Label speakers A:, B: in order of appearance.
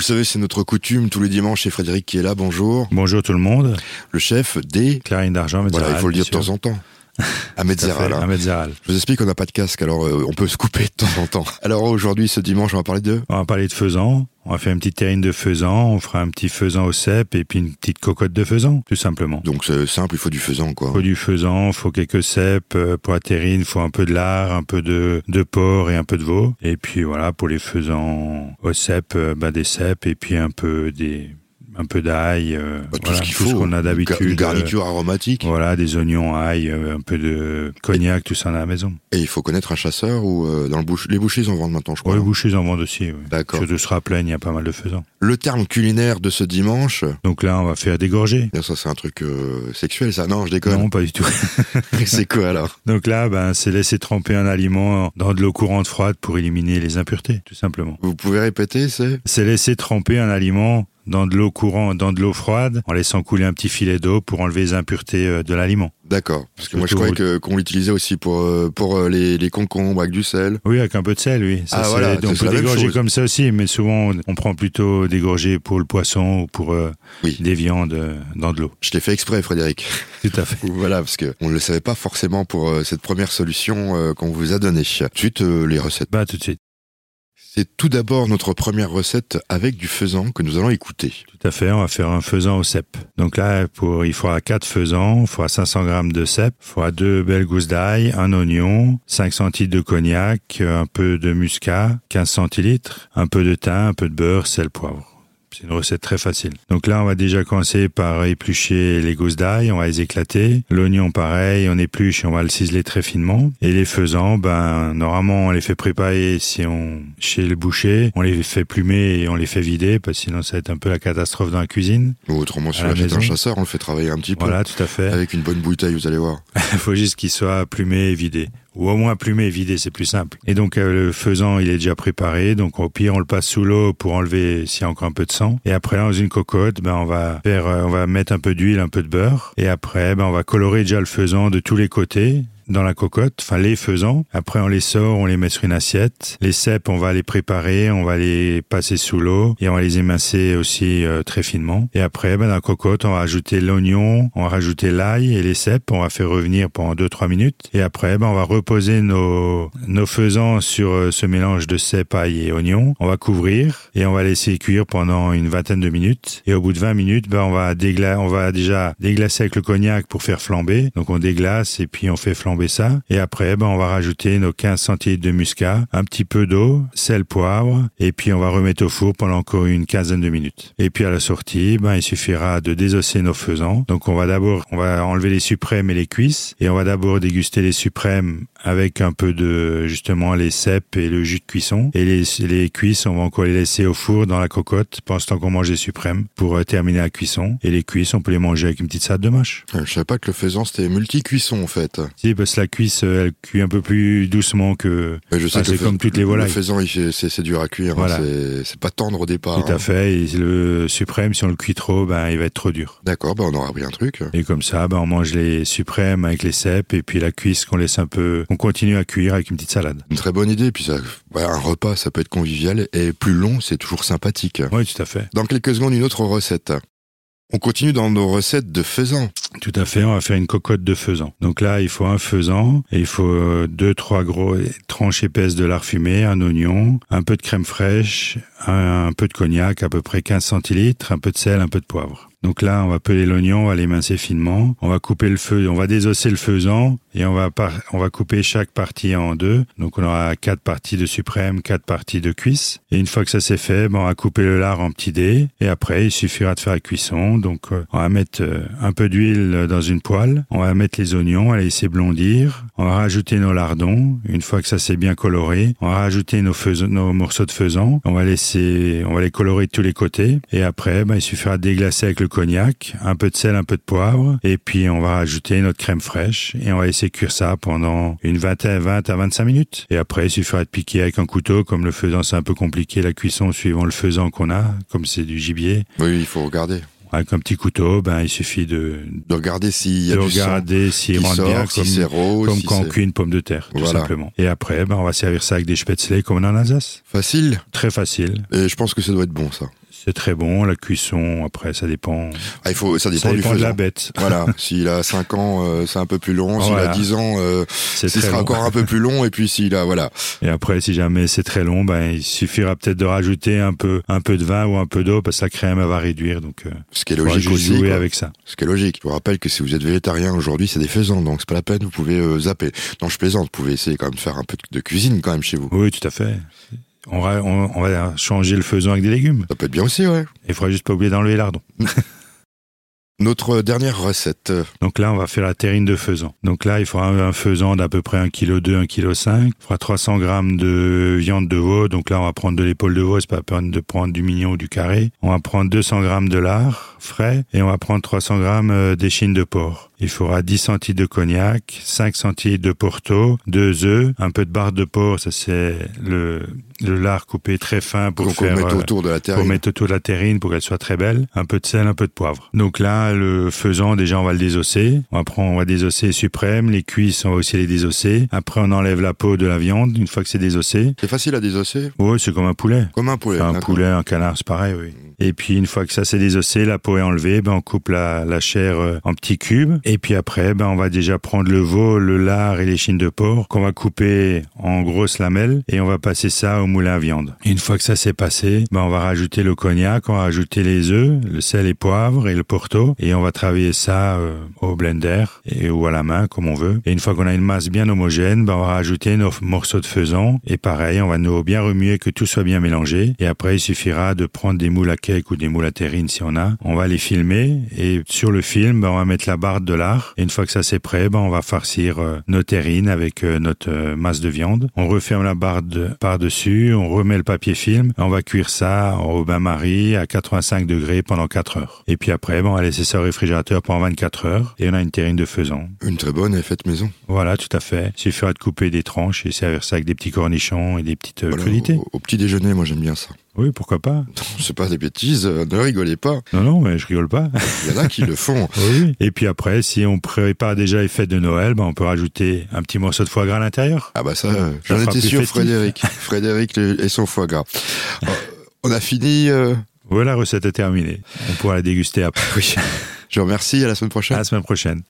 A: savez, c'est notre coutume tous les dimanches. C'est Frédéric qui est là. Bonjour.
B: Bonjour tout le monde.
A: Le chef des.
B: Clarine d'Argent,
A: Voilà, il faut le dire de
B: monsieur.
A: temps en temps. À
B: Tout à fait,
A: Metzeral. hein.
B: un Metzeral.
A: Je vous explique, on n'a pas de casque, alors euh, on peut se couper de temps en temps. Alors aujourd'hui, ce dimanche, on va parler de.
B: On va parler de faisan. On va faire une petite terrine de faisan. On fera un petit faisan au cep et puis une petite cocotte de faisan, tout simplement.
A: Donc c'est simple, il faut du faisan, quoi.
B: Faut du faisan, faut quelques cèpes, euh, pour la terrine, faut un peu de lard, un peu de, de porc et un peu de veau. Et puis voilà, pour les faisans au cep, euh, bah, des cèpes et puis un peu des, un peu d'ail, euh,
A: Bah, tout
B: voilà,
A: ce qu'il faut.
B: qu'on a
A: Une ga- Une
B: d'habitude. euh,
A: garniture aromatique.
B: Voilà, des oignons, ail, euh, un peu de cognac, tout ça à la maison.
A: Et il faut connaître un chasseur ou euh, dans le bouche. Les bouchers, ils en vendent maintenant, je crois.
B: Ouais, bouchers en vendent aussi. oui.
A: D'accord.
B: Surtout se Raplaine, il y a pas mal de faisans.
A: Le terme culinaire de ce dimanche.
B: Donc là, on va faire dégorger.
A: D'ailleurs, Ça, c'est un truc euh, sexuel, ça. Non, je déconne.
B: Non, pas du tout.
A: c'est quoi alors
B: Donc là, ben, c'est laisser tremper un aliment dans de l'eau courante froide pour éliminer les impuretés, tout simplement.
A: Vous pouvez répéter, c'est
B: C'est laisser tremper un aliment dans de l'eau courante, dans de l'eau froide, en laissant couler un petit filet d'eau pour enlever les impuretés euh, de l'aliment.
A: D'accord. Parce que moi, je
B: Surtout-
A: croyais que- qu'on l'utilisait aussi pour, euh, pour euh, les, les concombres avec du sel.
B: Oui, avec un peu de sel, oui. Ça,
A: Ah,
B: c'est-
A: voilà,
B: donc, on
A: c'est la
B: peut
A: même
B: dégorger
A: chose.
B: comme ça aussi, mais souvent on, on prend plutôt dégorger pour le poisson ou pour euh,
A: Oui.
B: des viandes euh, dans de l'eau.
A: Je l'ai fait exprès, Frédéric.
B: Tout à fait.
A: voilà, parce que on ne le savait pas forcément pour euh, cette première solution euh, qu'on vous a donnée. Ensuite, euh, les recettes.
B: Bah, tout de suite.
A: C'est tout d'abord notre première recette avec du faisan que nous allons écouter.
B: Tout à fait, on va faire un faisan au cep. Donc là, pour, il faudra 4 faisans, il faudra 500 grammes de cep, il faudra 2 belles gousses d'ail, un oignon, 5 centilitres de cognac, euh, un peu de muscat, 15 centilitres, un peu de thym, un peu de beurre, sel, poivre. C'est une recette très facile. Donc là, on va déjà commencer par éplucher les gousses d'ail, on va les éclater. L'oignon, pareil, on épluche et on va le ciseler très finement. Et les faisans, ben, normalement, on les fait préparer si on, chez le boucher. On les fait plumer et on les fait vider, parce que sinon, ça va être un peu la catastrophe dans la cuisine.
A: Ou autrement, si
B: À la
A: on achète un
B: maison.
A: chasseur, on le fait travailler un petit peu.
B: Voilà, tout à fait.
A: Avec une bonne bouteille, vous allez voir.
B: Il faut juste qu'il soit plumé et vidé. Ou au moins plumé et vidé, c'est plus simple. Et donc, euh, le faisan, il est déjà préparé. Donc, au pire, on le passe sous l'eau pour enlever s'il y a encore un peu de sang. Et après, dans une cocotte, ben, on va faire, euh, on va mettre un peu d'huile, un peu de beurre. Et après, ben, on va colorer déjà le faisan de tous les côtés dans la cocotte, enfin les faisans. Après, on les sort, on les met sur une assiette. Les cèpes, on va les préparer, on va les passer sous l'eau et on va les émincer aussi euh, très finement. Et après, ben, dans la cocotte, on va ajouter l'oignon, on va rajouter l'ail et les cèpes. On va faire revenir pendant 2-3 minutes. Et après, ben, on va reposer nos, nos faisans sur euh, ce mélange de cèpes, ail et oignon. On va couvrir et on va laisser cuire pendant une vingtaine de minutes. Et au bout de 20 minutes, ben, on va dégla- on va déjà déglacer avec le cognac pour faire flamber. Donc on déglace et puis on fait flamber ça. Et après, ben, on va rajouter nos 15 centilitres de muscat, un petit peu d'eau, sel, poivre. Et puis on va remettre au four pendant encore une quinzaine de minutes. Et puis à la sortie, ben, il suffira de désosser nos faisans. Donc on va d'abord, on va enlever les suprêmes et les cuisses. Et on va d'abord déguster les suprêmes avec un peu de, justement, les cèpes et le jus de cuisson. Et les, les cuisses, on va encore les laisser au four dans la cocotte pendant ce temps qu'on mange les suprêmes pour euh, terminer la cuisson. Et les cuisses, on peut les manger avec une petite salade de mâche.
A: Euh, Je savais pas que le faisan, c'était multi-cuisson, en fait.
B: Si, parce que la cuisse, euh, elle cuit un peu plus doucement que.
A: Mais je sais
B: Ah,
A: que
B: c'est
A: le fais-
B: comme toutes les volailles.
A: Le faisan, il fait- c'est c'est dur à cuire. hein.
B: Voilà.
A: C'est- C'est pas tendre au départ.
B: Tout
A: hein.
B: à fait. Et le suprême, si on le cuit trop, ben, il va être trop dur.
A: D'accord, bah on aura pris un truc.
B: Et comme ça, ben, on mange les suprêmes avec les cèpes et puis la cuisse qu'on laisse un peu. On continue à cuire avec une petite salade.
A: Une très bonne idée, puis ça, voilà, un repas, ça peut être convivial et plus long, c'est toujours sympathique.
B: Oui, tout à fait.
A: Dans quelques secondes, une autre recette. On continue dans nos recettes de faisan.
B: Tout à fait. On va faire une cocotte de faisan. Donc là, il faut un faisan et il faut euh, deux, trois gros tranches épaisses de lard fumé, un oignon, un peu de crème fraîche, un, un peu de cognac, à peu près 15 centilitres, un peu de sel, un peu de poivre. Donc là, on va peler l'oignon, on va l'émincer finement, on va couper le feu, on va désosser le faisan et on va par- on va couper chaque partie en deux. Donc on aura quatre parties de suprême, quatre parties de cuisse. Et une fois que ça c'est fait, ben, on va couper le lard en petits dés et après il suffira de faire la cuisson. Donc euh, on va mettre euh, un peu d'huile dans une poêle, on va mettre les oignons, on va les laisser blondir, on va rajouter nos lardons. Une fois que ça c'est bien coloré, on va rajouter nos, faisans- nos morceaux de faisan, on va laisser, on va les colorer de tous les côtés et après ben, il suffira de déglacer avec le cognac, un peu de sel, un peu de poivre et puis on va rajouter notre crème fraîche et on va laisser cuire ça pendant une vingtaine, 20 à 25 minutes et après il suffira de piquer avec un couteau comme le faisan c'est un peu compliqué la cuisson suivant le faisan qu'on a comme c'est du gibier
A: Oui, il faut regarder.
B: Avec un petit couteau, ben, il suffit de,
A: De regarder s'il y a
B: de
A: du sang
B: regarder s'il
A: qui
B: rentre
A: sort,
B: bien,
A: si c'est
B: comme,
A: rose,
B: comme
A: si
B: quand on
A: c'est-
B: cuit une pomme de terre, tout
A: Voilà.
B: simplement. Et après, ben, on va servir ça avec des spätzle comme on a en Alsace.
A: Facile.
B: Très facile,
A: Et je pense que ça doit être bon, ça.
B: c'est très bon. La cuisson, après, ça dépend.
A: Ah, il faut, ça dépend,
B: ça
A: du
B: dépend de
A: faisan.
B: la bête.
A: Voilà, s'il a 5 ans, euh, c'est un peu plus long. S'il
B: Voilà.
A: a 10 ans, euh,
B: C'est
A: ce
B: très
A: sera
B: long.
A: encore un peu plus long. Et puis s'il a, voilà.
B: Et après, si jamais c'est très long, ben, il suffira peut-être de rajouter un peu, un peu de vin ou un peu d'eau parce que la crème elle va réduire. Donc, euh,
A: Ce qui est
B: faudra
A: logique
B: juste
A: aussi.
B: jouer
A: quoi.
B: avec ça.
A: Ce qui est logique. Je vous rappelle que si vous êtes végétarien aujourd'hui, c'est des faisans, donc c'est pas la peine, vous pouvez euh, zapper. Non, je plaisante, vous pouvez essayer quand même de faire un peu de cuisine quand même chez vous.
B: Oui, tout à fait. On, ra- on- on va changer le faisan avec des légumes.
A: Ça peut être bien aussi, ouais.
B: Et il faudra juste pas oublier d'enlever lardon.
A: Notre dernière recette, euh,
B: Donc là, on va faire la terrine de faisan. Donc là, il faudra un faisan d'à peu près 1,2 kg, 1,5 kg. Il faudra 300 grammes de viande de veau. Donc là, on va prendre de l'épaule de veau. C'est pas la peine de prendre du mignon ou du carré. On va prendre 200 grammes de lard frais et on va prendre 300 grammes euh, d'échine de porc. Il faudra 10 centilitres de cognac, 5 centilitres de porto, 2 œufs, un peu de barre de porc. Ça, c'est le, le lard coupé très fin pour
A: qu'on
B: faire...
A: mette
B: euh,
A: autour de la terre.
B: pour mettre autour de la terrine pour qu'elle soit très belle, un peu de sel, un peu de poivre. Donc là, le faisan, déjà, on va le désosser. Après, on va désosser suprême, les cuisses, on va aussi les désosser. Après, on enlève la peau de la viande une fois que c'est désossé.
A: C'est facile à désosser,
B: Oh, c'est comme un poulet.
A: comme un poulet.
B: Enfin, un
A: d'accord.
B: poulet, un canard, c'est pareil, oui. Et puis, une fois que ça c'est désossé, la peau est enlevée, ben, on coupe la, la chair euh, en petits cubes. Et puis après, ben, on va déjà prendre le veau, le lard et l'échine de porc qu'on va couper en grosses lamelles et on va passer ça au moulin à viande. Une fois que ça c'est passé, ben, on va rajouter le cognac, on va rajouter les œufs, le sel et poivre et le porto et on va travailler ça euh, au blender et ou à la main comme on veut. Et une fois qu'on a une masse bien homogène, ben, on va rajouter nos morceaux de faisan et pareil, on va nous bien remuer que tout soit bien mélangé et après il suffira de prendre des moules à cake ou des moules à terrine si on a. On va les filmer et sur le film, ben, on va mettre la barre de lard. Et une fois que ça c'est prêt, ben, on va farcir euh, nos terrines avec euh, notre euh, masse de viande. On referme la barre de, par-dessus, on remet le papier film. et on va cuire ça au bain-marie à 85 degrés pendant 4 heures. Et puis après, ben, on va laisser ça au réfrigérateur pendant 24 heures et on a une terrine de faisan.
A: Une très bonne et faite maison.
B: Voilà, tout à fait. Il suffira de couper des tranches et servir ça avec des petits cornichons et des petites euh,
A: Voilà,
B: crudités.
A: au, au petit déjeuner, moi j'aime bien ça.
B: Oui, pourquoi pas.
A: C'est pas des bêtises, euh, ne rigolez pas.
B: Non, non, mais je rigole pas.
A: Il y en a qui le font.
B: Oui. Et puis après, si on prépare déjà les fêtes de Noël, ben on peut rajouter un petit morceau de foie gras à l'intérieur.
A: Ah bah ça, euh, j'en
B: Ça fera
A: étais
B: plus
A: sûr,
B: festif.
A: Frédéric. Frédéric et son foie gras. Euh, On a fini. euh,
B: Voilà, la recette est terminée. On pourra la déguster après.
A: Oui. Je vous remercie. À la semaine prochaine.
B: À la semaine prochaine.